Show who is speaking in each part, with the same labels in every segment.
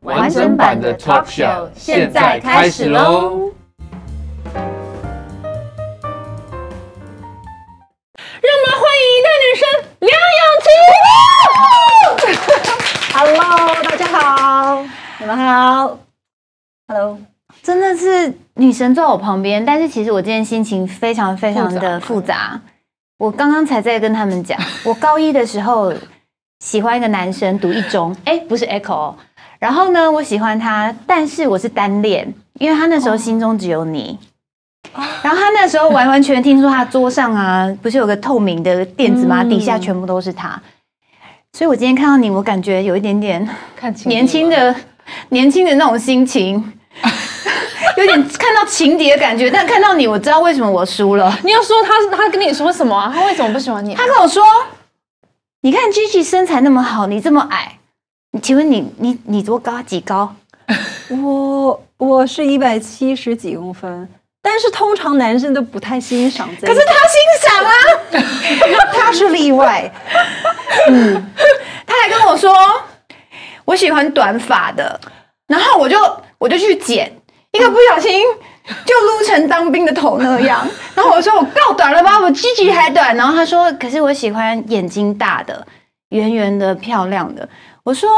Speaker 1: 完整版的 talk show 现在开始喽！
Speaker 2: 让我们欢迎一代女神梁咏琪。
Speaker 3: Hello，大家好，你们好。Hello，
Speaker 4: 真的是女神坐我旁边，但是其实我今天心情非常非常的复杂。我刚刚才在跟他们讲，我高一的时候喜欢一个男生，读一中，哎、不是 Echo，哦然后呢，我喜欢他，但是我是单恋，因为他那时候心中只有你。然后他那时候完完全听说他桌上啊，不是有个透明的垫子吗？底下全部都是他。所以我今天看到你，我感觉有一点点
Speaker 2: 看清
Speaker 4: 年轻的年轻的那种心情，有点看到情敌的感觉。但看到你，我知道为什么我输了。
Speaker 2: 你有说他他跟你说什么啊？他为什么不喜欢你啊
Speaker 4: 他？跟我说：“你看 Gigi 身材那么好，你这么矮，你请问你你你多高啊？几高？
Speaker 3: 我我是一百七十几公分，但是通常男生都不太欣赏这个，
Speaker 4: 可是他啊欣赏啊，
Speaker 3: 他是 例外。嗯
Speaker 4: 他还跟我说我喜欢短发的，然后我就我就去剪，一个不小心就撸成当兵的头那样。然后我说我够短了吧，我鸡鸡还短。然后他说，可是我喜欢眼睛大的、圆圆的、漂亮的。我说。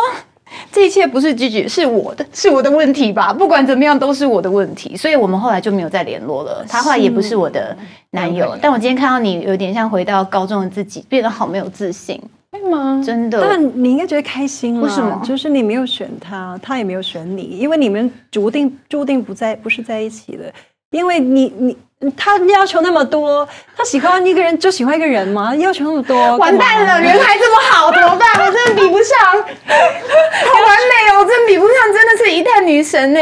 Speaker 4: 这一切不是鸡鸡，是我的，是我的问题吧？不管怎么样都是我的问题，所以我们后来就没有再联络了。他后来也不是我的男友，但我今天看到你，有点像回到高中的自己，变得好没有自信，
Speaker 2: 会吗？
Speaker 4: 真的。
Speaker 3: 但你应该觉得开心了，
Speaker 4: 为什么
Speaker 3: 就是你没有选他，他也没有选你，因为你们注定注定不在，不是在一起的。因为你你他要求那么多，他喜欢一个人就喜欢一个人嘛，要求那么多，
Speaker 4: 完蛋了，人还这么好，怎么办？我真的比不上，好完美哦，我真的比不上，真的是一代女神呢、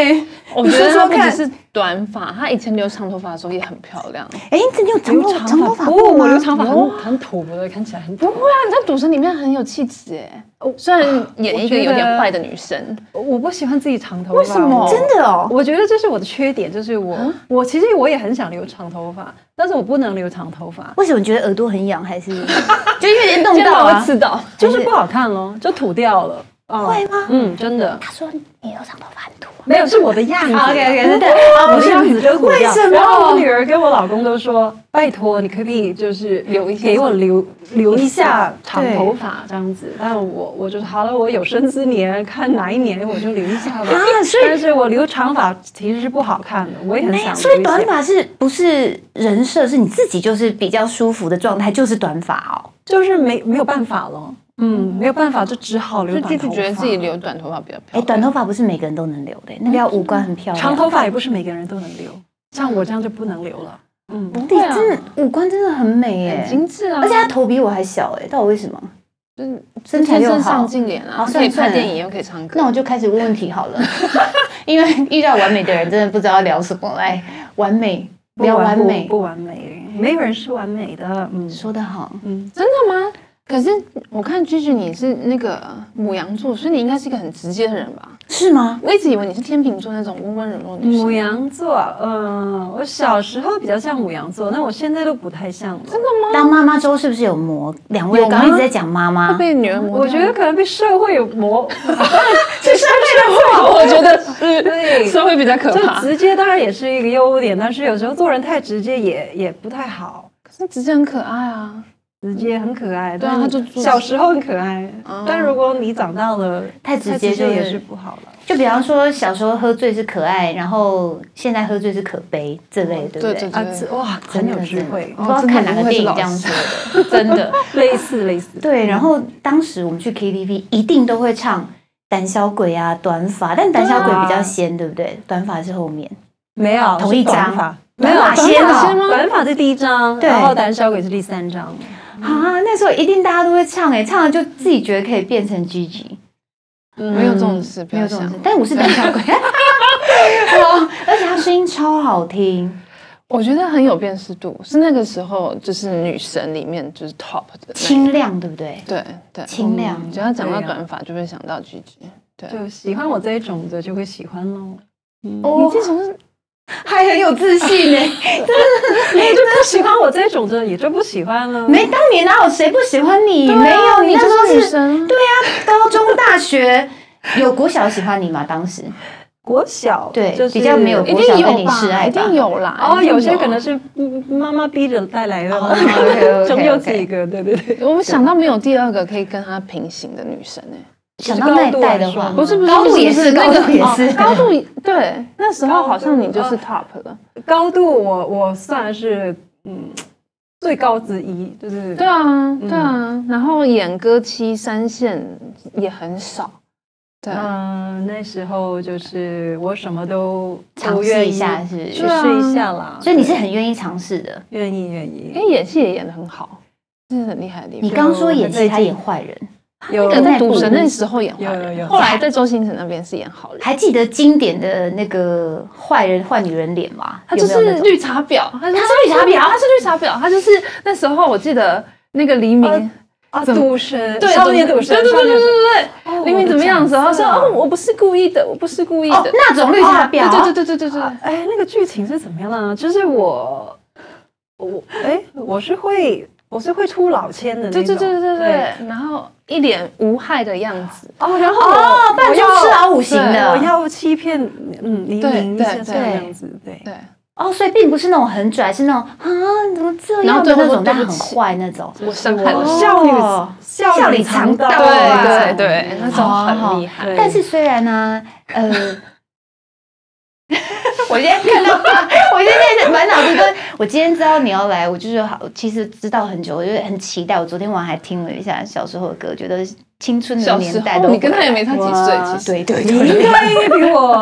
Speaker 2: 我
Speaker 4: 你
Speaker 2: 觉得
Speaker 4: 说说
Speaker 2: 她不只
Speaker 4: 看，
Speaker 2: 是短发，她以前留长头发的时候也很漂亮。
Speaker 4: 哎、你有长
Speaker 3: 留
Speaker 4: 头
Speaker 3: 长
Speaker 4: 长头发
Speaker 3: 发不，
Speaker 4: 过
Speaker 3: 我
Speaker 4: 吗？
Speaker 3: 留长发很很土的，看起来很土。
Speaker 2: 不会啊，你在赌神里面很有气质哎。虽
Speaker 3: 哦
Speaker 2: 然演一个有点坏的女生，
Speaker 3: 我不喜欢自己长头发，
Speaker 2: 为什么
Speaker 4: 真的哦，
Speaker 3: 我觉得这是我的缺点，就是我、我其实我也很想留长头发，但是我不能留长头发，
Speaker 4: 为什么觉得耳朵很痒？还是就因为你弄
Speaker 2: 今天
Speaker 4: 到
Speaker 2: 把
Speaker 4: 啊
Speaker 2: 我？刺到。
Speaker 3: 就是不好看咯，就土掉了。哦、
Speaker 4: 会吗
Speaker 3: 嗯，真的
Speaker 4: 他说哎你留长头啊发很土啊。
Speaker 3: 没有是我的样子。哦
Speaker 4: OK， 真
Speaker 3: 不
Speaker 4: 的
Speaker 3: 我的样子就土掉。
Speaker 4: 为什么
Speaker 3: 然后我女儿跟我老公都说：“拜托，你可不可以就是留一些，给我留留一下长头发这样子。”但我我就好了，我有生之年看哪一年我就留一下吧。
Speaker 4: 啊所以
Speaker 3: 但是我留长发其实是不好看的，我也很想留一些。
Speaker 4: 所以短发是不是人设是你自己就是比较舒服的状态，就是短发哦。
Speaker 3: 就是没没有办法了，嗯，没有办法，就只好留
Speaker 2: 就
Speaker 3: 短
Speaker 2: 自
Speaker 3: 头
Speaker 2: 己
Speaker 3: 发。
Speaker 2: 觉得自己留短头发比较漂
Speaker 4: 哎、
Speaker 2: 亮。
Speaker 4: 短头发不是每个人都能留的、欸那个要五官很漂亮。
Speaker 3: 长头发也不是每个人都能留，像我这样就不能留了。嗯，
Speaker 4: 对，真的五官真的很美耶、
Speaker 2: 啊很精致啊，
Speaker 4: 而且他头比我还小哎、到底为什么？
Speaker 2: 就是
Speaker 4: 身材又
Speaker 2: 天生上
Speaker 4: 好。
Speaker 2: 镜脸啊，
Speaker 4: 哦
Speaker 2: 可
Speaker 4: 算
Speaker 2: 以
Speaker 4: 了算
Speaker 2: 拍
Speaker 4: 了
Speaker 2: 电影又可以唱歌
Speaker 4: 那。我就开始问问题好了， 因为遇到完美的人真的不知道要聊什么。来，完美，
Speaker 3: 不
Speaker 4: 聊完美，
Speaker 3: 不完美，没有人是完美的。嗯，
Speaker 4: 说得好。
Speaker 2: 真的吗？可是我看 Gigi 你是那个母羊座，所以你应该是一个很直接的人吧？
Speaker 4: 是吗？
Speaker 2: 我一直以为你是天秤座那种温温柔柔的女
Speaker 3: 母
Speaker 2: 生。
Speaker 3: 羊座，嗯，我小时候比较像母羊座，但我现在都不太像了。真的
Speaker 4: 当妈妈之后是不是有磨？两位
Speaker 2: 有吗
Speaker 4: 刚刚一直在讲妈妈，
Speaker 2: 被女儿磨掉
Speaker 3: 我觉得可能被社会有磨，
Speaker 2: 是社会的话， 我觉得是
Speaker 3: 对，
Speaker 2: 社会比较可
Speaker 3: 就
Speaker 2: 怕。
Speaker 3: 直接当然也是一个优点，但是有时候做人太直接也也不太好。
Speaker 2: 那直接很可爱啊，
Speaker 3: 直接很可爱，
Speaker 2: 对啊
Speaker 3: 但
Speaker 2: 他就做
Speaker 3: 小时候很可爱，但如果你长大了
Speaker 4: 太直接就
Speaker 3: 也
Speaker 4: 是
Speaker 3: 是不好了。
Speaker 4: 就比方说小时候喝醉是可爱，然后现在喝醉是可悲这类，对不
Speaker 2: 对
Speaker 4: 对
Speaker 2: 对？
Speaker 3: 啊，
Speaker 2: 对
Speaker 3: 这，哇，很有智慧
Speaker 4: 不，
Speaker 3: 哦
Speaker 4: 知道看哪个电影这样说的，真 的。
Speaker 3: 类似类似，
Speaker 4: 对，然后当时我们去 KTV 一定都会唱《胆小鬼》啊，《短发》，但《胆小鬼》比
Speaker 3: 啊
Speaker 4: 较先，对不对？短发是后面。
Speaker 3: 没有
Speaker 4: 同一张
Speaker 3: 是短发，
Speaker 4: 短发
Speaker 3: 短
Speaker 4: 先
Speaker 3: 发
Speaker 4: 哦
Speaker 3: 先吗？短发是第一张，
Speaker 4: 对
Speaker 3: 然后胆小鬼是第三张，
Speaker 4: 啊，那时候一定大家都会唱哎、唱了就自己觉得可以变成 Gigi，
Speaker 2: 嗯没有这种事，不
Speaker 4: 没有
Speaker 2: 要
Speaker 4: 这种
Speaker 2: 想
Speaker 4: 事。。但我是胆小鬼， 而且她声音超好听，
Speaker 2: 我觉得很有辨识度，是那个时候就是女神里面就是 top 的那一
Speaker 4: 清亮，对不对？
Speaker 2: 对对，
Speaker 4: 清亮
Speaker 2: 只要讲到
Speaker 3: 对啊
Speaker 2: 短发，就会想到 G G。对，
Speaker 3: 就喜欢我这一种的就会喜欢喽。
Speaker 4: 哦
Speaker 2: 你这种是
Speaker 5: 还很有自信 呢。
Speaker 3: 哎，就不喜欢我这一种的也就不喜欢了。
Speaker 4: 没，当年哪有谁不喜欢你？
Speaker 2: 啊
Speaker 4: 没有，啊你那时
Speaker 2: 就是
Speaker 4: 候
Speaker 2: 女
Speaker 4: 是
Speaker 2: 神啊，
Speaker 4: 对呀、高中、大学有国小喜欢你吗？当时
Speaker 3: 国小
Speaker 4: 对
Speaker 3: 就是
Speaker 4: 比较没有
Speaker 2: 一
Speaker 4: 国
Speaker 2: 定
Speaker 4: 小跟
Speaker 2: 有
Speaker 4: 你示
Speaker 2: 吧，
Speaker 4: 爱
Speaker 2: 一
Speaker 4: 吧
Speaker 2: 定有啦。
Speaker 3: 哦，
Speaker 2: 一定
Speaker 3: 有些
Speaker 2: 啊
Speaker 3: 可能是嗯妈妈逼着带来
Speaker 4: 哦
Speaker 3: 的，
Speaker 4: OK，OK，OK
Speaker 3: 总有几个，对对对。
Speaker 2: 我想到没有第二个可以跟她平行的女神哎，
Speaker 4: 想到那一代的话，
Speaker 3: 不是
Speaker 4: 高度也是，
Speaker 2: 那
Speaker 4: 高
Speaker 2: 个
Speaker 4: 度也
Speaker 2: 哦
Speaker 4: 是，
Speaker 2: 高度对，嗯那时
Speaker 3: 高
Speaker 2: 候
Speaker 3: 度
Speaker 2: 好像你就是
Speaker 3: 哦
Speaker 2: top 了，
Speaker 3: 高度我我算是嗯最高之一，就是
Speaker 2: 对啊对啊，然后演歌七三线也很少，对啊，
Speaker 3: 嗯，那时候就是我什么都
Speaker 4: 尝
Speaker 3: 都
Speaker 4: 试
Speaker 3: 愿
Speaker 4: 一
Speaker 3: 意
Speaker 4: 下是不
Speaker 3: 去
Speaker 4: 是
Speaker 2: 对啊
Speaker 3: 试一下啦。
Speaker 4: 所以你是很愿意尝试的。
Speaker 3: 愿意愿意
Speaker 2: 因，为演戏也演的很好，这是很厉害的地
Speaker 4: 你
Speaker 2: 方。
Speaker 4: 刚说演戏，
Speaker 3: 对
Speaker 4: 他演坏人，
Speaker 2: 那
Speaker 3: 有
Speaker 2: 个在
Speaker 4: 那部
Speaker 2: 赌神
Speaker 4: 里面
Speaker 2: 那时候演坏
Speaker 3: 有有
Speaker 2: 人，
Speaker 3: 有
Speaker 2: 后来在周星驰那边是演好人。
Speaker 4: 还记得经典的那个坏人坏女人脸吗？
Speaker 2: 他就
Speaker 4: 有没有
Speaker 2: 是
Speaker 4: 那种
Speaker 2: 绿茶婊，他是
Speaker 4: 他是绿茶婊
Speaker 2: 他是绿茶婊，他就是那时候我记得那个黎明，
Speaker 3: 呃啊
Speaker 2: 怎么
Speaker 3: 赌神，
Speaker 2: 对
Speaker 3: 少年
Speaker 2: 对
Speaker 3: 赌神，
Speaker 2: 对对
Speaker 3: 少
Speaker 2: 对
Speaker 3: 年
Speaker 2: 对
Speaker 3: 赌神
Speaker 2: 对对，黎明怎么样的时候
Speaker 3: 我
Speaker 2: 他
Speaker 3: 的角色
Speaker 2: 说
Speaker 3: 啊
Speaker 2: 哦我不是故意的，我不是故意
Speaker 4: 哦
Speaker 2: 的，，
Speaker 4: 那种绿茶婊，
Speaker 2: 对对对对对对对，
Speaker 3: 哎，那个剧情是怎么样的呢？就是我，我哎，我是会，我是会出老千的那
Speaker 2: 对
Speaker 3: 种。
Speaker 2: 对对对对，然后一脸无害的样子，
Speaker 3: 哦，然后
Speaker 4: 哦
Speaker 3: 我，
Speaker 4: 扮猪吃老虎型
Speaker 2: 对
Speaker 4: 的，
Speaker 3: 我要欺骗嗯黎
Speaker 2: 对
Speaker 3: 明
Speaker 2: 对
Speaker 3: 是这
Speaker 2: 对
Speaker 3: 样子，对
Speaker 2: 对，
Speaker 4: 哦，所以并不是那种很拽，是那种啊怎么这
Speaker 2: 然
Speaker 4: 样
Speaker 2: 后
Speaker 4: 的
Speaker 2: 最后
Speaker 4: 那
Speaker 2: 说
Speaker 4: 种，
Speaker 2: 对
Speaker 4: 但
Speaker 2: 不
Speaker 4: 很
Speaker 2: 起
Speaker 4: 坏那种。
Speaker 2: 我伤害
Speaker 3: 我
Speaker 2: 了，
Speaker 3: 少女
Speaker 4: 哦
Speaker 3: 少
Speaker 4: 少
Speaker 3: 女
Speaker 4: 女藏
Speaker 3: 藏刀
Speaker 4: 刀
Speaker 3: 啊，
Speaker 2: 对对对，那时候很厉害
Speaker 3: 对，
Speaker 4: 但是虽然呢，呃，
Speaker 5: 我现在看到
Speaker 4: 我现在满脑子都，我今天知道你要来，我就是好，其实知道很久，我就是很期待。我昨天晚上还听了一下小时候的歌，觉得青春的
Speaker 2: 小时
Speaker 4: 年代都
Speaker 2: 候你跟他也没差几
Speaker 3: 哇
Speaker 2: 岁，其实
Speaker 4: 对对
Speaker 3: 你
Speaker 4: 对，
Speaker 3: 应该比我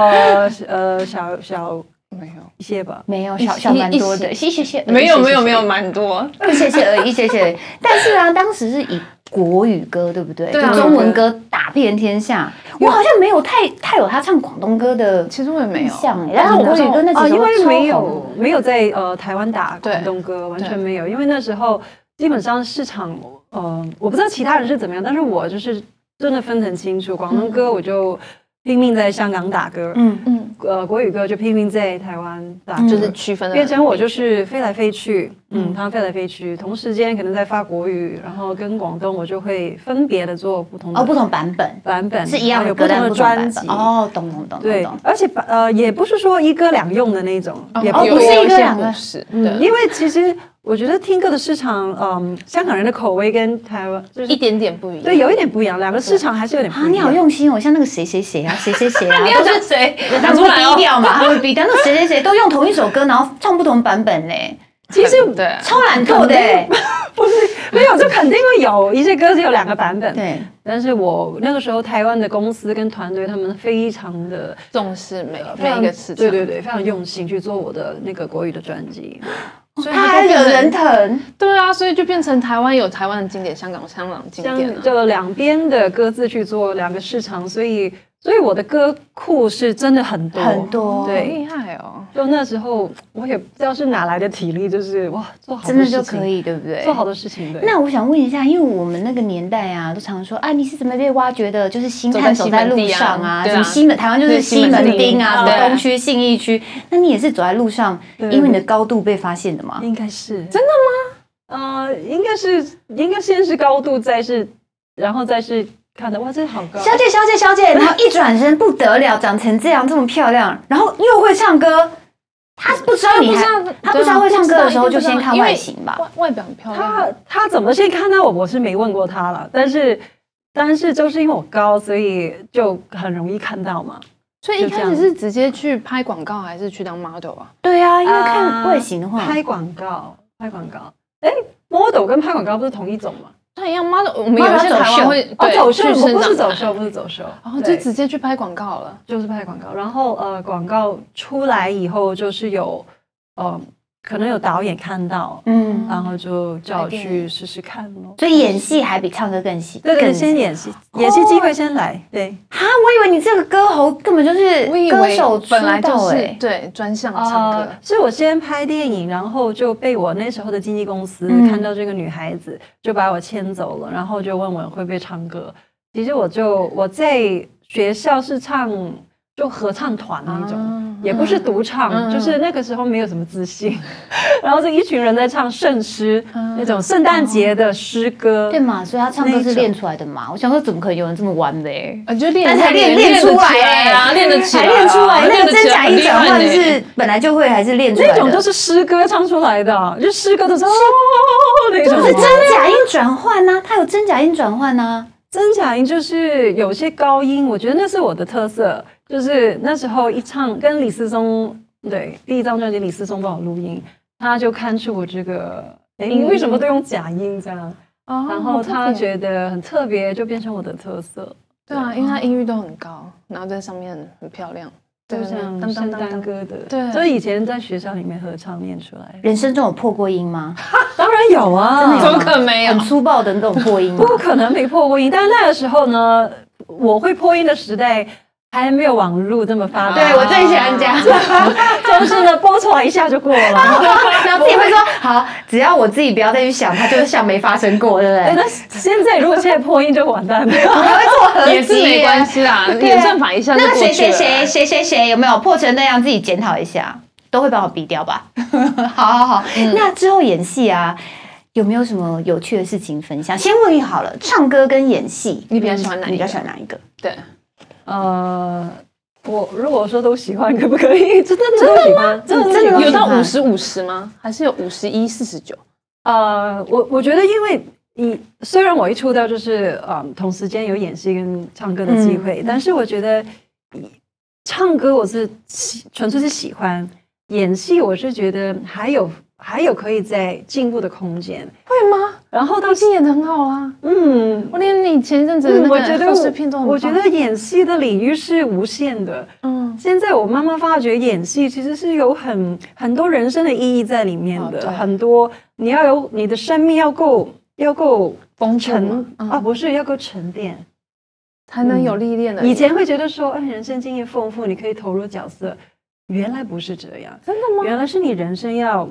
Speaker 3: 呃小小
Speaker 2: 没有。
Speaker 3: 一些吧。
Speaker 4: 没有小小蛮多的，谢谢谢，
Speaker 2: 没有没有没有，蛮多，
Speaker 4: 谢谢而已，谢谢。但是啊，当时是以国语歌对不对？
Speaker 2: 对啊
Speaker 4: 就中文歌打遍天下，我好像没有太太有他唱广东歌的
Speaker 2: 其实我也没
Speaker 4: 印
Speaker 2: 有，
Speaker 4: 象哎。但是国语歌那
Speaker 3: 哦，
Speaker 4: 几
Speaker 3: 因
Speaker 4: 首
Speaker 3: 为
Speaker 4: 都
Speaker 3: 没
Speaker 4: 超
Speaker 3: 有
Speaker 4: 红。
Speaker 3: 没有在呃台湾打
Speaker 2: 对
Speaker 3: 广东歌，完全
Speaker 2: 对
Speaker 3: 没有，因为那时候基本上市场，呃，我不知道其他人是怎么样，但是我就是真的分很清楚，广东歌我就拼命在香港打歌，
Speaker 4: 嗯，
Speaker 2: 嗯，
Speaker 3: 呃，国语歌就拼命在台湾打歌，
Speaker 2: 就是区分的
Speaker 3: 变
Speaker 2: 很。
Speaker 3: 成我就是飞来飞去，嗯，他飞来飞去，同时间可能在发国语，然后跟广东我就会分别的做不同的
Speaker 4: 哦，不同版本
Speaker 3: 版本，
Speaker 4: 是一样
Speaker 3: 还
Speaker 4: 的
Speaker 3: 有
Speaker 4: 歌，
Speaker 3: 不同
Speaker 4: 但
Speaker 3: 的
Speaker 4: 不同版
Speaker 3: 专
Speaker 4: 本
Speaker 3: 辑。
Speaker 4: 哦，懂懂懂懂
Speaker 3: 对
Speaker 4: 懂，。
Speaker 3: 而且把呃也不是说一歌两用的那种，也
Speaker 2: 哦，
Speaker 4: 不
Speaker 2: 不
Speaker 4: 是一
Speaker 2: 是一
Speaker 4: 个
Speaker 2: 个
Speaker 4: 两
Speaker 2: 两
Speaker 4: 个
Speaker 2: 个是，
Speaker 3: 嗯，
Speaker 2: 对，
Speaker 3: 因为其实我觉得听歌的市场，嗯，香港人的口味跟台湾就是
Speaker 2: 一点点不一样。
Speaker 3: 对有一点不一样，两个市场还是有点不一
Speaker 4: 啊，
Speaker 3: 样。
Speaker 4: 你好用心哦，像那个谁谁谁啊，谁谁 谁啊，都是
Speaker 2: 谁
Speaker 4: 他们会
Speaker 3: 哦
Speaker 4: 低调嘛，他们会低调。那谁谁谁都用同一首歌，然后唱不同版本嘞，
Speaker 3: 其实
Speaker 2: 对，
Speaker 4: 超懒 惰的欸。
Speaker 3: 不是没有，就肯定会有一些歌是有两个版本。
Speaker 4: 对，
Speaker 3: 但是我那个时候台湾的公司跟团队，他们非常的
Speaker 2: 重视每
Speaker 3: 非
Speaker 2: 每
Speaker 3: 常
Speaker 2: 一个市场，
Speaker 3: 对对对，非常用心去做我的那个国语的专辑。
Speaker 2: 所以
Speaker 4: 他
Speaker 2: 它
Speaker 4: 还
Speaker 2: 就变
Speaker 4: 惹
Speaker 2: 成
Speaker 4: 人疼。
Speaker 2: 对啊，所以就变成台湾有台湾的经典，香港有香港的经典
Speaker 3: 像
Speaker 2: 啊。
Speaker 3: 就两边的各自去做两个市场，所以所以我的歌库是真的很多
Speaker 4: 很多
Speaker 2: 好
Speaker 3: 对，
Speaker 2: 厉害哦！
Speaker 3: 就那时候我也不知道是哪来的体力，就是哇，做好多
Speaker 4: 真的就
Speaker 3: 事情
Speaker 4: 可以，对不对？
Speaker 3: 做好多事情。对，
Speaker 4: 那我想问一下，因为我们那个年代啊，都常说啊，你是怎么被挖掘的？就是星
Speaker 2: 走
Speaker 4: 汉
Speaker 2: 在
Speaker 4: 走
Speaker 2: 西
Speaker 4: 在
Speaker 2: 门
Speaker 4: 路
Speaker 2: 町啊
Speaker 4: 上啊，
Speaker 2: 对
Speaker 4: 什
Speaker 2: 啊
Speaker 4: 么西门，台湾就是
Speaker 2: 对西
Speaker 4: 西
Speaker 2: 门
Speaker 4: 门
Speaker 2: 町
Speaker 4: 町啊，什么
Speaker 2: 对
Speaker 4: 东区、信义区。那你也是走在路上，
Speaker 3: 对
Speaker 4: 因为你的高度被发现的吗？
Speaker 3: 啊应该是真的吗？呃，应该是应该先是高度，再是然后再是看的哇，这好高。
Speaker 4: 小姐，小姐，小姐，然后一转身不得了，长成这样这么漂亮，然后又会唱歌，她不知道你
Speaker 2: 不知
Speaker 4: 还，
Speaker 2: 道
Speaker 4: 她不知道会唱歌的时候
Speaker 2: 对
Speaker 4: 就
Speaker 2: 啊
Speaker 4: 先看
Speaker 2: 因为
Speaker 4: 外形吧。
Speaker 2: 外外表很漂亮
Speaker 3: 他，他怎么先看到我？我是没问过他了，但是但是就是因为我高，所以就很容易看到嘛。
Speaker 2: 所以一
Speaker 3: 就这
Speaker 2: 开
Speaker 3: 样
Speaker 2: 始是直接去拍广告，还是去当 model 啊？
Speaker 4: 对啊，因为看
Speaker 3: 啊
Speaker 4: 外形的话，
Speaker 3: 拍广告，拍广告，哎，model 跟拍广告不是同一种吗？
Speaker 2: 那一样 model，我们有
Speaker 4: model
Speaker 2: 一些
Speaker 4: 走
Speaker 2: 台湾
Speaker 4: 秀
Speaker 2: 会
Speaker 3: 哦，
Speaker 2: 对
Speaker 3: 走秀，
Speaker 2: 去
Speaker 3: 我
Speaker 2: 生
Speaker 3: 不是走
Speaker 2: 长
Speaker 3: 秀，不是走秀，
Speaker 2: 然
Speaker 4: 哦
Speaker 2: 后就
Speaker 3: 对
Speaker 2: 直接去拍广告了。
Speaker 3: 就是拍广告，然后呃，广告出来以后就是有呃可能有导演看到，
Speaker 4: 嗯，
Speaker 3: 然后就叫我去试试看咯。
Speaker 4: 所以演戏还比唱歌更喜，
Speaker 3: 对对，
Speaker 4: 更
Speaker 3: 先演戏，演戏机会先来。对，
Speaker 4: 哈，我以为你这个歌喉根本就是
Speaker 2: 我以
Speaker 4: 歌
Speaker 2: 为
Speaker 4: 手出
Speaker 2: 本来就
Speaker 4: 道
Speaker 2: 是
Speaker 4: 哎，
Speaker 2: 对专项唱歌，
Speaker 3: 呃是我先拍电影，然后就被我那时候的经纪公司
Speaker 4: 嗯
Speaker 3: 看到这个女孩子，就把我牵走了，然后就问我会不会唱歌。其实我就我在学校是唱就合唱团那种，也不是独唱，
Speaker 2: 嗯
Speaker 3: 就是那个时候没有什么自信， 然后是一群人在唱圣诗、那种圣诞节的诗歌。
Speaker 4: 对嘛？所以他唱歌
Speaker 3: 那一
Speaker 4: 是
Speaker 3: 种
Speaker 4: 练出来的嘛？我想说，怎么可能有人这么完美？
Speaker 2: 呃，就练，
Speaker 4: 但是还练
Speaker 5: 练
Speaker 4: 练出
Speaker 5: 得
Speaker 4: 来
Speaker 5: 起来啊
Speaker 4: 哎
Speaker 5: 练得起来
Speaker 4: 还
Speaker 5: 啊
Speaker 4: 练出来，那
Speaker 5: 练
Speaker 4: 个
Speaker 5: 得
Speaker 4: 真
Speaker 5: 起来
Speaker 4: 假音转
Speaker 5: 很厉
Speaker 4: 换
Speaker 5: 害呢
Speaker 4: 是本来就会，还是练出来
Speaker 3: 那
Speaker 4: 的？
Speaker 3: 种就是诗歌唱出来的，就诗歌都是哦那种
Speaker 4: 就是真假音转换呐，它有真假音转换啊呐。
Speaker 3: 真假音就是有些高音，我觉得那是我的特色，就是那时候一唱跟李思松，对，第一张专辑李思松帮我录音，他就看出我这个，哎，你为什么都用假音这样？
Speaker 2: 哦
Speaker 3: 然后
Speaker 2: 好特
Speaker 3: 他
Speaker 2: 别
Speaker 3: 觉得很特别，就变成我的特色，
Speaker 2: 对啊，因为他音域都很高，然后在上面很漂亮，
Speaker 3: 就像圣诞歌的，
Speaker 2: 对
Speaker 3: 所以以前在学校里面合唱念出来，
Speaker 4: 人生中有破过音吗？
Speaker 3: 当然有啊，
Speaker 4: 真的有
Speaker 5: 怎么可能没有
Speaker 4: 很？粗暴的那种破音吗？
Speaker 3: 不可能没破过音，但是那个时候呢，我会破音的时代还没有网络这么发
Speaker 4: 啊
Speaker 3: 达，
Speaker 5: 对我最喜欢这 样，
Speaker 3: 就是呢，播出来一下就过了。
Speaker 4: 然后自己会说好，只要我自己不要再去想，它就是像没发生过，对不
Speaker 3: 哎，
Speaker 4: 对？
Speaker 3: 那现在如果现在破音就完蛋了。
Speaker 4: 还会做
Speaker 2: 呃
Speaker 4: 合
Speaker 5: 也是没
Speaker 4: 集
Speaker 5: 关
Speaker 4: 啊。
Speaker 5: 系啦，
Speaker 4: 对啊
Speaker 5: 演算法一下就
Speaker 4: 那
Speaker 5: 过去
Speaker 4: 谁
Speaker 5: 了。
Speaker 4: 谁谁谁谁谁有没有破成那样？自己检讨一下，都会帮我逼掉吧。 好好好，那之后演戏啊，有没有什么有趣的事情分享？先问你好了，唱歌跟演戏，嗯
Speaker 2: 你比较喜欢哪一个
Speaker 4: 你比较喜欢哪一个？
Speaker 2: 对，
Speaker 3: 呃，我如果说都喜欢，可不可以？ 真的真的喜欢，真的
Speaker 4: 真的吗
Speaker 2: 有到五十五十吗？还是有五十一四十九？
Speaker 3: 呃，我我觉得，因为你虽然我一出道就是呃，同时间有演戏跟唱歌的机会，但是我觉得以唱歌我是喜纯粹是喜欢，演戏我是觉得还有还有可以在进步的空间。
Speaker 2: 会吗？
Speaker 3: 然后到
Speaker 2: 已经演的很好啊，
Speaker 3: 嗯，
Speaker 2: 我连你前一阵子的
Speaker 3: 嗯
Speaker 2: 那
Speaker 3: 我觉
Speaker 2: 个
Speaker 3: 得
Speaker 2: 后视片都很
Speaker 3: 我
Speaker 2: 棒
Speaker 3: 我觉得演戏的领域是无限的。
Speaker 2: 嗯，
Speaker 3: 现在我慢慢发觉，演戏其实是有很很多人生的意义在里面
Speaker 2: 哦
Speaker 3: 的，
Speaker 2: 对
Speaker 3: 很多你要有你的生命要够要够
Speaker 2: 风
Speaker 3: 沉
Speaker 2: 尘、
Speaker 3: 啊，
Speaker 2: 啊，
Speaker 3: 不是要够沉淀。
Speaker 2: 才能有历练的。
Speaker 3: 以前会觉得说，哎，人生经验丰富，你可以投入角色，原来不是这样，
Speaker 2: 真的吗？
Speaker 3: 原来是你人生要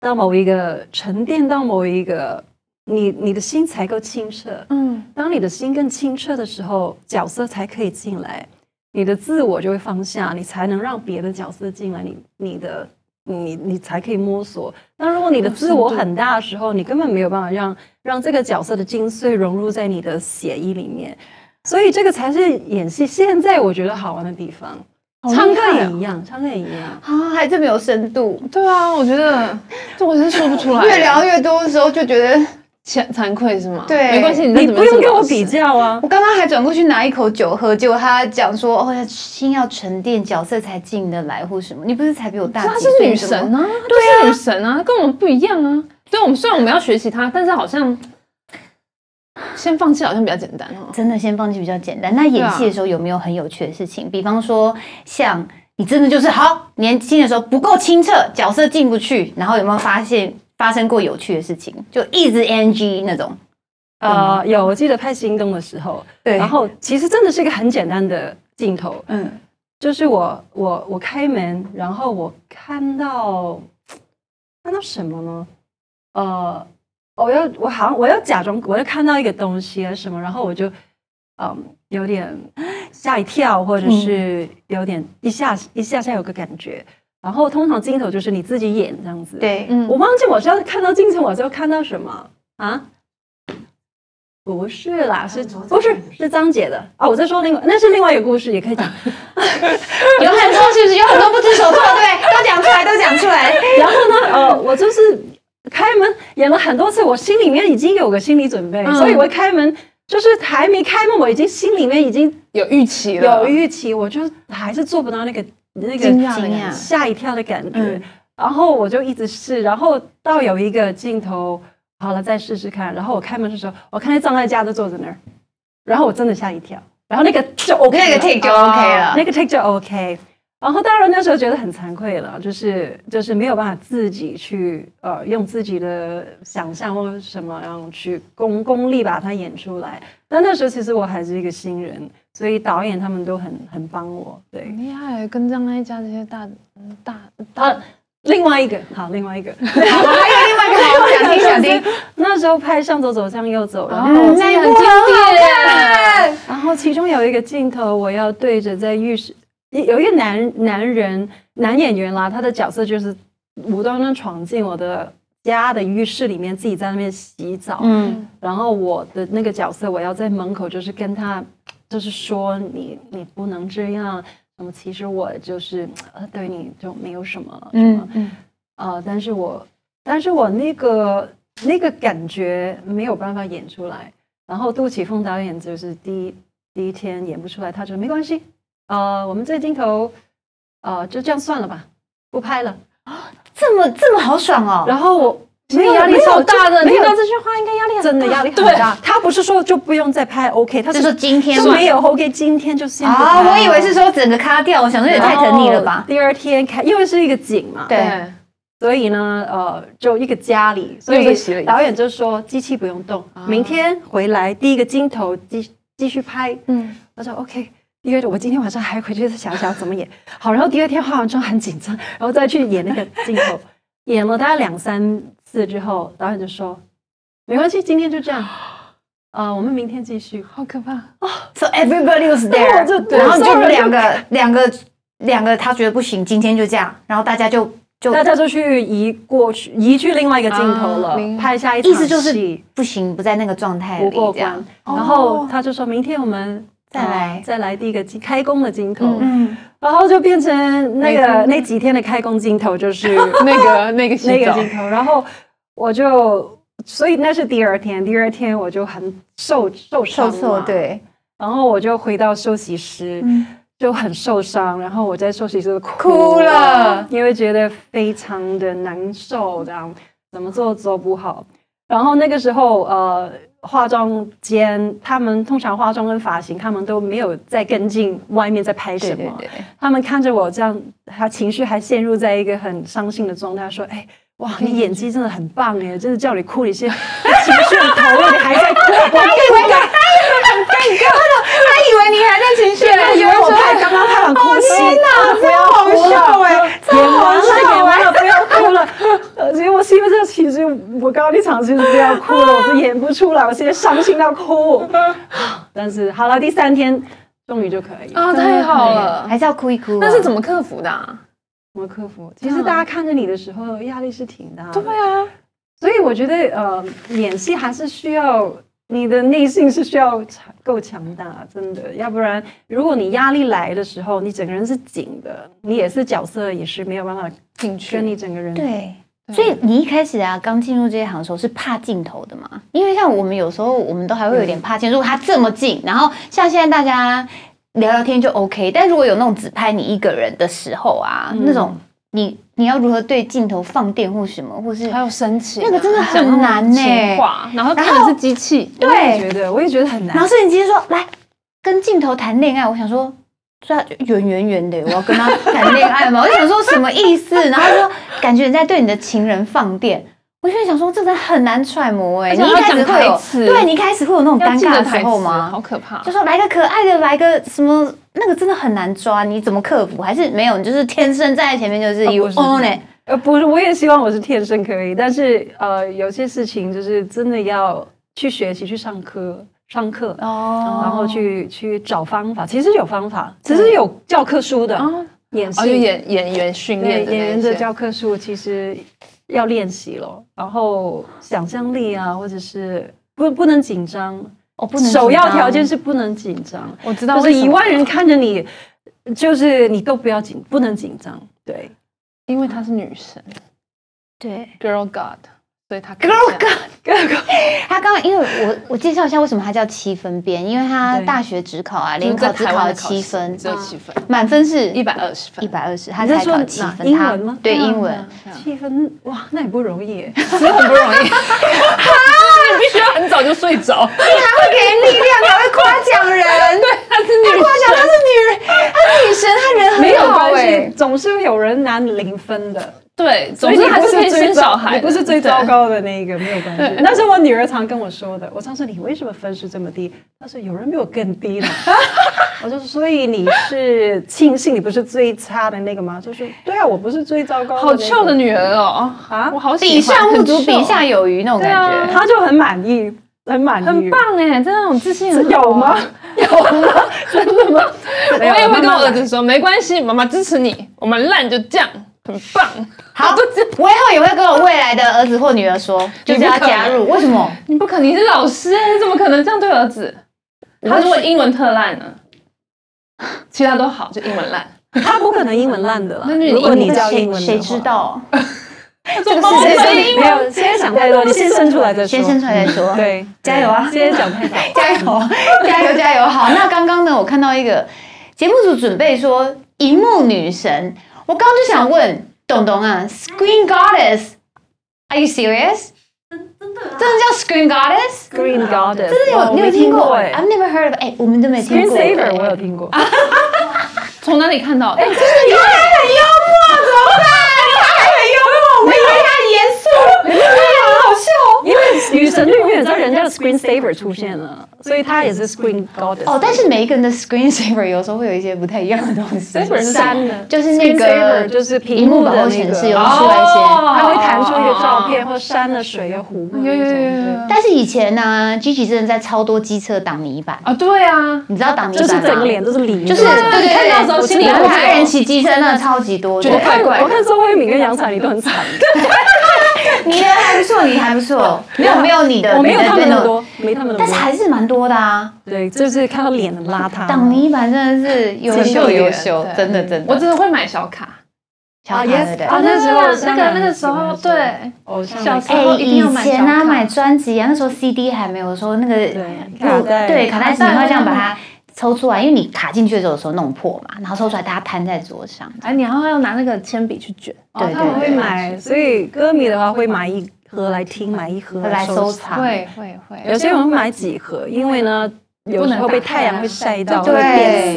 Speaker 3: 到某一个沉淀到某一个，你你的心才够清澈。
Speaker 2: 嗯，
Speaker 3: 当你的心更清澈的时候，角色才可以进来，你的自我就会放下，你才能让别的角色进来，你你的你你才可以摸索。那如果你的自
Speaker 2: 嗯
Speaker 3: 我很大的时候，你根本没有办法让让这个角色的精髓融入在你的血液里面，所以这个才是演戏现在我觉得好玩的地方。
Speaker 2: 厉
Speaker 3: 唱歌
Speaker 2: 害
Speaker 3: 也
Speaker 2: 哦
Speaker 3: 一样，唱歌也一样。
Speaker 4: 啊，还真没有深度。
Speaker 2: 对啊，我觉得这我真说不出来，
Speaker 5: 越
Speaker 3: 啊
Speaker 5: 聊越多的时候就觉得，
Speaker 2: 惭惭愧是吗？
Speaker 5: 对
Speaker 2: 没关系，再
Speaker 3: 你
Speaker 2: 怎么
Speaker 3: 不用
Speaker 2: 是
Speaker 3: 跟我
Speaker 2: 老师
Speaker 3: 比。较啊
Speaker 5: 我，刚刚还转过去拿一口酒喝，结果他讲说，
Speaker 4: 哦，要心要沉淀，角色才进得来或什么。你不是才比我大
Speaker 2: 她
Speaker 4: 几
Speaker 2: 是
Speaker 4: 岁？
Speaker 2: 女神啊，她就是女神啊，跟我们不一样啊。对，我们虽然我们要学习她，但是好像先放弃好像比较简单哦。
Speaker 4: 真的先放弃比较简单。那演戏的时候有没有很有趣的事情？比方说，像你真的就是好年轻的时候不够清澈，角色进不去，然后有没有发现发生过有趣的事情？就一直 NG 那种。
Speaker 2: 嗯
Speaker 3: 呃，有，我记得拍《心动》的时候，
Speaker 4: 对
Speaker 3: 然后其实真的是一个很简单的镜头，
Speaker 4: 嗯，
Speaker 3: 就是我我我开门，然后我看到看到什么呢？呃，我要我好像我要假装我要看到一个东西啊什么，然后我就嗯有点吓一跳，或者是有点一下一下下有个感觉。然后通常镜头就是你自己演这样子。，
Speaker 4: 对，
Speaker 2: 嗯
Speaker 3: 我忘记我是要看到镜头，我是要看到什么啊？不是啦，是不是是张姐的啊？我在说另外，那是另外一个故事，也可以讲。
Speaker 4: 有很多是不是有很多不知所措？对不对，都讲出来，都讲出来。
Speaker 3: 然后呢，呃，我就是开门演了很多次，我心里面已经有个心理准备，
Speaker 2: 嗯
Speaker 3: 所以我一开门就是还没开门，我已经心里面已经
Speaker 2: 有预期了，
Speaker 3: 有预期，我就还是做不到那个那
Speaker 2: 惊
Speaker 3: 个
Speaker 2: 讶的
Speaker 4: 惊
Speaker 2: 感
Speaker 4: 讶
Speaker 2: 觉。
Speaker 3: 吓一跳的感觉。
Speaker 4: 嗯
Speaker 3: 然后我就一直试，然后到有一个镜头，好了再试试看。然后我开门的时候，我看见张艾嘉都坐在那儿，然后我真的吓一跳，然后那个就 OK 了啊
Speaker 4: 那个 take 就 OK 了
Speaker 3: 哦那个 take 就 OK。然后当然那时候觉得很惭愧了，就是就是没有办法自己去呃用自己的想象或者什么，然后去功功力把它演出来。但那时候其实我还是一个新人，所以导演他们都很很帮我。对，
Speaker 2: 厉害，跟张艾嘉这些大嗯大大
Speaker 3: 啊，另外一个好，另外一个
Speaker 5: 我还有另外一个好，我想听想听，
Speaker 3: 那时候拍《向左走，向右走》，然后、
Speaker 2: 哦，这个很经典，
Speaker 3: 然后其中有一个镜头，我要对着在浴室。有一个男男人男演员啦，他的角色就是无端端闯进我的家的浴室里面，自己在那边洗澡。嗯，然后我的那个角色，我要在门口就是跟他，就是说你你不能这样。那、嗯、么其实我就是呃对你就没有什么什么，嗯嗯、呃，但是我但是我那个那个感觉没有办法演出来。然后杜琪峰导演就是第一第一天演不出来，他说没关系。呃，我们这镜头，呃，就这样算了吧，不拍了。
Speaker 4: 啊，这么这么好爽哦！
Speaker 3: 然后我
Speaker 2: 没有压力超大的，
Speaker 3: 没有这句话应该压力真的压力很大。他不是说就不用再拍，OK，他
Speaker 4: 是说今天
Speaker 3: 没有 OK，今天就先
Speaker 4: 啊，我以为是说整个卡掉，我想说也太疼你了吧。
Speaker 3: 第二天开，因为是一个景嘛，
Speaker 4: 对，
Speaker 3: 所以呢，呃，就一个家里，所以导演就说机器不用动，
Speaker 4: 啊
Speaker 3: 明天回来第一个镜头继继续拍。嗯，我说 OK。第二，我今天晚上还回去想想怎么演好。然后第二天化完妆很紧张，然后再去演那个镜头， 演了大概两三次之后，导演就说：“没关系，今天就 这样。”呃，我们明天继续。
Speaker 2: 好可怕
Speaker 4: 哦 s o everybody was there，然后就两个两个两个，他觉得不行，今天就这样，然后大家就就
Speaker 3: 大家就去移过去，移去另外一个镜头了，拍下一
Speaker 4: 啊意思就是不行，不在那个状态
Speaker 3: 不过关。然后他就说明天我们。
Speaker 4: 哦再来、
Speaker 3: 哦，再来第一个镜开工的镜头，嗯，然后就变成那个那几天的开工镜 头，就是
Speaker 2: 那个那个
Speaker 3: 那个镜头。然后我就，所以那是第二天，第二天我就很受受伤
Speaker 4: 受对，
Speaker 3: 然后我就回到休息室，嗯、就很受伤。然后我在休息室
Speaker 4: 哭了，
Speaker 3: 因为觉得非常的难受，这样怎么做做不好。然后那个时候，呃。化妆间，他们通常化妆跟发型，他们都没有在跟进外面在拍什么。
Speaker 4: 对对对
Speaker 3: 他们看着我这样，他情绪还陷入在一个很伤心的状态，说：“哎，哇，你演技真的很棒哎，就是叫你哭你先，你情绪很投入，你还在哭，我
Speaker 5: 尴尬，很尴尬的，他以为你还在情绪，
Speaker 3: 他以为我拍刚刚拍完哭戏，
Speaker 5: 天不要好笑哎，
Speaker 3: 演完了，演完了，不要哭了。呃，结果是因为这个情绪，我刚刚那场就是不要哭了，我是演不出来，我现在伤心到哭。但是好了，第三天终于就可以
Speaker 2: 啊，太好了，
Speaker 4: 还是要哭一啊哭。
Speaker 2: 那是怎么克服的？啊
Speaker 3: 怎么克服？其实大家看着你的时候，压力是挺大的。
Speaker 2: 对啊，
Speaker 3: 所以我觉得呃，演戏还是需要。你的内心是需要强够强大，真的，要不然如果你压力来的时候，你整个人是紧的，你也是角色，也是没有办法
Speaker 2: 进去，
Speaker 3: 跟你整个人
Speaker 4: 对。所以你一开始啊，刚进入这一行的时候是怕镜头的嘛？因为像我们有时候，我们都还会有点怕镜。嗯、如果它这么近，然后像现在大家聊聊天就 OK，但如果有那种只拍你一个人的时候啊，嗯、那种。你你要如何对镜头放电或什么，或是
Speaker 2: 还有申请、啊、
Speaker 4: 那个真的很难呢、欸。
Speaker 2: 然后看的是机器，
Speaker 4: 对，
Speaker 3: 我也觉得我也觉得很难。
Speaker 4: 然后摄影机说：“来跟镜头谈恋爱。”我想说，这圆圆圆 的，我要跟他谈恋爱吗？我就想说什么意思？然后说感觉你在对你的情人放电，我就想说，这个很难揣摩哎、欸。你一开始会有，对你一开始会有那种尴尬的时候吗？
Speaker 2: 好可怕！
Speaker 4: 就说来个可爱的，来个什么。那个真的很难抓，你怎么克服？还是没有？你就是天生站在前哦面就是 you own it。
Speaker 3: 呃，不是，我也希望我是天生可以，但是呃，有些事情就是真的要去学习、去上课、上课哦，然后去去找方法。其实有方法，其实有教科书的演戏、
Speaker 2: 哦、演演员训练
Speaker 3: 演员的教科书，其实要练习咯。然后想象力啊，或者是不不能紧张。
Speaker 4: 我、哦、不能，
Speaker 3: 首要条件是不能紧张。
Speaker 2: 我知道，
Speaker 3: 就是一万人看着你，就是你都不要紧，不能紧张。对，
Speaker 2: 因为她是女神，
Speaker 4: 对
Speaker 2: ，Girl God，所以她
Speaker 4: Girl God，Girl God。她刚刚因为我我介绍一下为什么她叫七分编，因为她大学只考啊，联考只考了七分，哦
Speaker 2: 只有七分，
Speaker 4: 满分是
Speaker 2: 一百二十分，
Speaker 4: 一百二十，她才考七分。
Speaker 3: 英文吗？
Speaker 4: 对，英文
Speaker 3: 七分，哇，那也不容易，
Speaker 2: 真的不容易。 你必须要很早就睡着，
Speaker 5: 你还
Speaker 3: 啊
Speaker 5: 会给力量，还会夸奖人，
Speaker 2: 对，她是
Speaker 5: 夸
Speaker 2: 女
Speaker 5: 奖她是女人，她女神，她人很好哎、
Speaker 4: 欸
Speaker 3: 总是有人拿你零分的，
Speaker 2: 对，
Speaker 3: 所
Speaker 2: 总
Speaker 3: 以
Speaker 2: 之
Speaker 3: 你
Speaker 2: 还
Speaker 3: 不
Speaker 2: 是可以
Speaker 3: 是
Speaker 2: 生
Speaker 3: 最
Speaker 2: 小
Speaker 3: 糟，
Speaker 2: 孩的，
Speaker 3: 你不是最
Speaker 2: 对
Speaker 3: 糟糕的那一个，没有关系。那是我女儿常跟我说的，我常说你为什么分数这么低？她说有人比我更低呢。 我就说所以你是庆幸你不是最差的那个吗？就是对啊，我不是最糟糕的、那
Speaker 2: 好
Speaker 3: 个
Speaker 2: 臭的女儿哦！
Speaker 3: 啊
Speaker 2: 我好喜欢
Speaker 4: 比上不足，
Speaker 2: 很臭
Speaker 4: 欸比下有余那种感
Speaker 2: 对
Speaker 4: 觉。
Speaker 3: 她就很满意，很满意，
Speaker 2: 很棒哎，真的很自信很好
Speaker 3: 有吗？？
Speaker 2: 我也会跟我儿子说，没关系，妈妈支持你，我们烂就这样，很棒。
Speaker 4: 好，我以后也会跟我未来的儿子或女儿说，就是要加入。为什么？
Speaker 2: 你不可能，你是老师哎，你怎么可能这样对儿子？他如果英文特烂呢？其他都好，就英文烂。
Speaker 3: 她不可能英文烂的啦。
Speaker 2: 那你
Speaker 3: 如果你
Speaker 2: 英
Speaker 3: 教
Speaker 4: 谁
Speaker 3: 英文的
Speaker 4: 谁
Speaker 3: 话
Speaker 4: 知？ 道？
Speaker 2: 他说
Speaker 4: 个
Speaker 2: 妈妈
Speaker 4: 是
Speaker 2: 会英
Speaker 3: 没
Speaker 2: 文
Speaker 3: 有，先想太多，你先生出来再说。
Speaker 4: 先生出来再说。
Speaker 3: 对，
Speaker 4: 加油啊
Speaker 3: 先想太多。
Speaker 4: 加油， 加油，加油！好，那刚刚呢，我看到一个节目组准备说荧幕女神，我刚刚就想问董董啊，Screen Goddess，Are you serious？真的、啊真的叫 Screen Goddess？
Speaker 3: Green Garden，
Speaker 4: 真的有，你有听过？I've
Speaker 3: 哎
Speaker 4: never heard of，哎、我们都没听
Speaker 3: ？Green
Speaker 4: 过。欸啊
Speaker 3: Saver 我有听过。
Speaker 2: 从哪里看到的？哎
Speaker 4: 你看他很幽默，怎么办？他很幽默，我们以为他很严肃，好笑
Speaker 3: 因为《与神对面》，你知道人家的 Screen Saver 出现了，所以他也是 Screen Goddess。
Speaker 4: 哦，但是每一个人的 Screen Saver 有时候会有一些不太一样的东西。
Speaker 2: Saver 是
Speaker 3: 删的
Speaker 4: 就是那个
Speaker 3: Screen saver 就是屏
Speaker 4: 荧幕
Speaker 3: 幕的
Speaker 4: 保
Speaker 3: 那
Speaker 4: 护
Speaker 3: 个
Speaker 4: 显示有哦出来一些。
Speaker 2: 哦
Speaker 3: 它会弹出一个照片，或山的水啊、湖啊那种。对
Speaker 4: 但是以前呢、g g 真的在超多机车挡泥板，
Speaker 2: 啊，对啊，
Speaker 4: 你知道挡泥
Speaker 3: 就
Speaker 4: 板
Speaker 3: 是
Speaker 4: 吗？
Speaker 3: 整个脸都是梨。
Speaker 4: 就是
Speaker 3: 我
Speaker 4: 对对对，
Speaker 2: 看到的时候
Speaker 4: 我
Speaker 2: 心里
Speaker 4: 知道
Speaker 2: 会有
Speaker 4: 台人骑机车那超级多的，
Speaker 2: 觉得怪怪
Speaker 3: 看我看周慧敏跟杨采妮都很惨，
Speaker 4: 你的还不错，你还不错，没有没有你的，
Speaker 3: 我没有
Speaker 4: 你的
Speaker 3: 他们那
Speaker 4: 对
Speaker 3: 么多，没他们那
Speaker 4: 但
Speaker 3: 么
Speaker 4: 是
Speaker 3: 多。
Speaker 4: 还是蛮多的啊。
Speaker 3: 对，就是看到脸很邋遢。
Speaker 4: 挡泥板真的是优秀优秀，真的真的。
Speaker 2: 我只会买小卡。
Speaker 4: 小卡
Speaker 3: 啊
Speaker 4: 对不
Speaker 3: ，yes，
Speaker 4: 对？
Speaker 3: 啊那时候
Speaker 2: 哦那个那个时候，对，
Speaker 3: 偶像
Speaker 2: 小
Speaker 3: 小
Speaker 2: 时
Speaker 4: 哎
Speaker 2: 候，一定要
Speaker 4: 以
Speaker 2: 买小
Speaker 4: 前啊，
Speaker 2: 卡
Speaker 4: 买专辑啊，那时候 CD 还没有说那个
Speaker 3: 对卡带
Speaker 4: 对卡带，
Speaker 2: 卡
Speaker 4: 你
Speaker 2: 带
Speaker 4: 会这样把它抽出来，因为你卡进去的时候有时候弄破嘛，然后抽出来大家摊在桌上。
Speaker 2: 哎，你还要拿那个铅笔去卷。
Speaker 4: 对
Speaker 3: 哦他们
Speaker 4: 对
Speaker 3: 会
Speaker 4: 对，
Speaker 3: 买，所以歌迷的话会买一盒来听，买一盒
Speaker 4: 来收
Speaker 3: 收
Speaker 4: 藏。。
Speaker 2: 会会会，
Speaker 3: 有些人会买几盒，因为呢，有时候被太阳会晒到，会变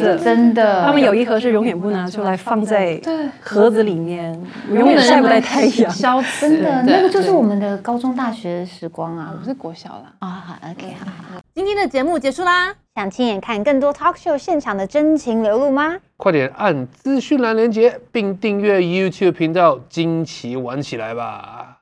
Speaker 4: 对，
Speaker 3: 色。
Speaker 4: 真的。
Speaker 3: 他们有一盒是永远不拿出来，放在
Speaker 2: 对
Speaker 3: 盒子里面，永远晒不到太阳。
Speaker 2: 消
Speaker 4: 真
Speaker 2: 磁
Speaker 4: 的，那个就是我们的高中、大学的时光啊
Speaker 2: 我。是国小啦。
Speaker 4: 啊，好，OK，好。
Speaker 6: 今天的节目结束啦，
Speaker 7: 想亲眼看更多 talk show 现场的真情流露吗？
Speaker 1: 快点按资讯栏连接，并订阅 YouTube 频道，惊奇玩起来吧！